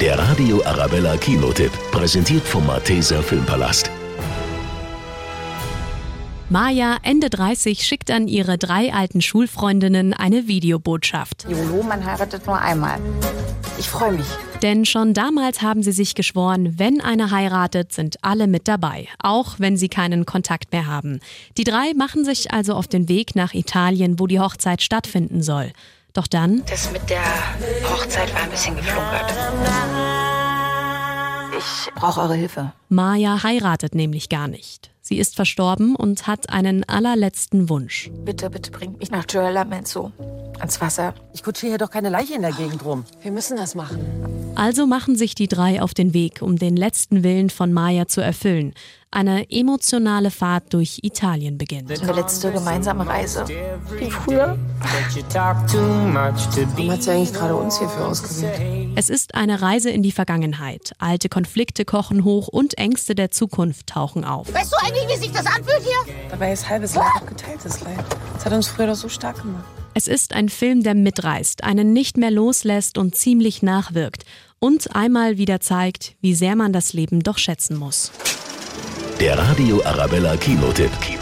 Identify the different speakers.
Speaker 1: Der Radio Arabella Kinotipp, präsentiert vom Malteser Filmpalast.
Speaker 2: Maya, Ende 30, schickt an ihre drei alten Schulfreundinnen eine Videobotschaft.
Speaker 3: YOLO, man heiratet nur einmal. Ich freue mich.
Speaker 2: Denn schon damals haben sie sich geschworen, wenn eine heiratet, sind alle mit dabei, auch wenn sie keinen Kontakt mehr haben. Die drei machen sich also auf den Weg nach Italien, wo die Hochzeit stattfinden soll. Doch dann,
Speaker 4: Das mit der Hochzeit war ein bisschen geflunkert.
Speaker 3: Ich brauche eure Hilfe.
Speaker 2: Maya heiratet nämlich gar nicht. Sie ist verstorben und hat einen allerletzten Wunsch.
Speaker 4: Bitte, bitte bringt mich nach Lamento ans Wasser.
Speaker 5: Ich kutsche hier doch keine Leiche in der Gegend rum.
Speaker 6: Wir müssen das machen.
Speaker 2: Also machen sich die drei auf den Weg, um den letzten Willen von Maya zu erfüllen. Eine emotionale Fahrt durch Italien beginnt.
Speaker 4: Eine letzte gemeinsame Reise. Wie früher.
Speaker 6: Warum hat sie eigentlich gerade uns hierfür ausgewählt?
Speaker 2: Es ist eine Reise in die Vergangenheit. Alte Konflikte kochen hoch und Ängste der Zukunft tauchen auf.
Speaker 7: Weißt du eigentlich, wie sich das anfühlt hier?
Speaker 6: Dabei ist halbes Leid auch geteiltes Leid. Das hat uns früher doch so stark gemacht.
Speaker 2: Es ist ein Film, der mitreißt, einen nicht mehr loslässt und ziemlich nachwirkt. Und einmal wieder zeigt, wie sehr man das Leben doch schätzen muss.
Speaker 1: Der Radio Arabella Kinotipp. Kinotipp.